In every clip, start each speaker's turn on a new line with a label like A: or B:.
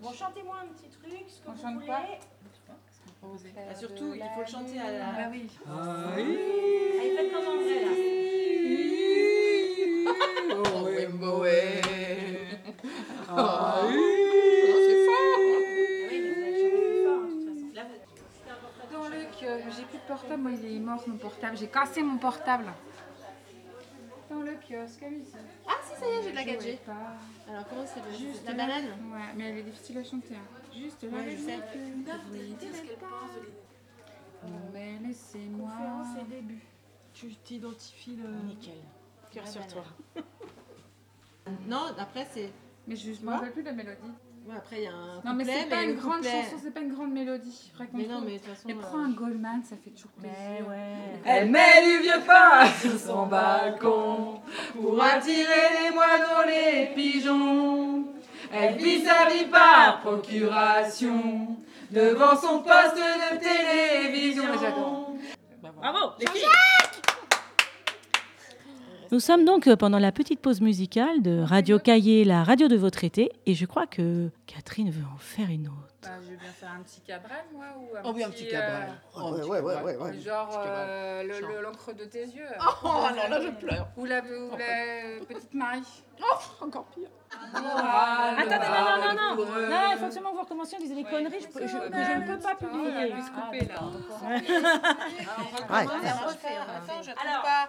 A: Bon, chantez-moi un petit truc, ce que
B: On
A: vous
B: chante
A: voulez.
B: quoi Euh,
C: Ah, surtout, il faut le chanter à la.
B: Bah oui.
A: Allez, faites comme en vrai, là. Ah oui, mais vous allez chanter plus fort, hein, de toute façon. Là, vous- c'est important de
B: Dans
A: chanter.
B: le cœur, euh, j'ai plus de portable, moi il est mort mon portable, j'ai cassé mon portable. euh, Dans le kiosque, comme ici.
C: Ah, si, ça y est, j'ai de la gadget.
B: Jouez pas.
C: Alors, comment c'est le
B: Juste
C: La
B: là-
C: banane
B: Ouais, mais elle est difficile à chanter. hein. Juste là,
C: Ouais, je sais.
B: Non, mais laissez-moi.
A: Conférence et début.
D: Tu t'identifies le.
C: Nickel. Cœur sur toi. Non, après, c'est.
B: Mais je ne me rappelle plus de la mélodie.
C: Ouais, après, il y a un.
B: Non, mais
C: couplet,
B: c'est pas
C: le
B: une grande
C: couplet-
B: chanson, c'est pas une grande mélodie. Faudrait qu'on
C: Mais non,
B: trouve.
C: mais de toute façon.
B: Mais
C: euh,
B: prends un Goldman, ça fait toujours plaisir.
A: Mais ouais.
D: Elle met du vieux pain sur son balcon pour attirer les moineaux, les pigeons. Elle vit sa vie par procuration devant son poste de télévision.
A: Bravo, les filles
E: Nous sommes donc euh, pendant la petite pause musicale de Radio Cahier, la radio de votre été, et je crois que Catherine veut en faire une autre.
B: Bah, je vais bien faire un petit cabral, moi, ou un euh,
F: Oh oui, un petit cabral. Oh, un
G: Ah Ouais,
F: petit
G: ouais,
F: cabral.
G: ouais, ouais, ouais.
B: Genre
F: Petit cabral.
B: euh, le-
F: Genre.
B: le- l'encre de tes yeux. euh,
F: Oh, alors là, je pleure.
B: Ou la, ou la petite Marie.
F: Encore pire.
E: Attendez, non, non, non, non,
F: Ouais.
E: non, il faut absolument que vous recommenciez, on disait des conneries, je, peux- je- que je ne peux pas
B: Oh
E: publier. Ah,
B: Ah,
G: Ouais.
C: on va refaire, on va
B: euh,
C: refaire, je trouve pas.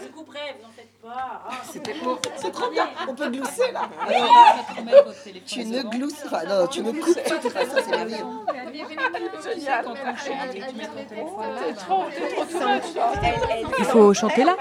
A: Je couperai, vous en faites pas.
F: C'était pour.
A: c'est trop bien.
G: On peut glousser là Tu ne glousses pas, non, tu ne coupes pas, de toute façon, c'est merveilleux.
C: Elle- elle- elle-
E: Il faut chanter là.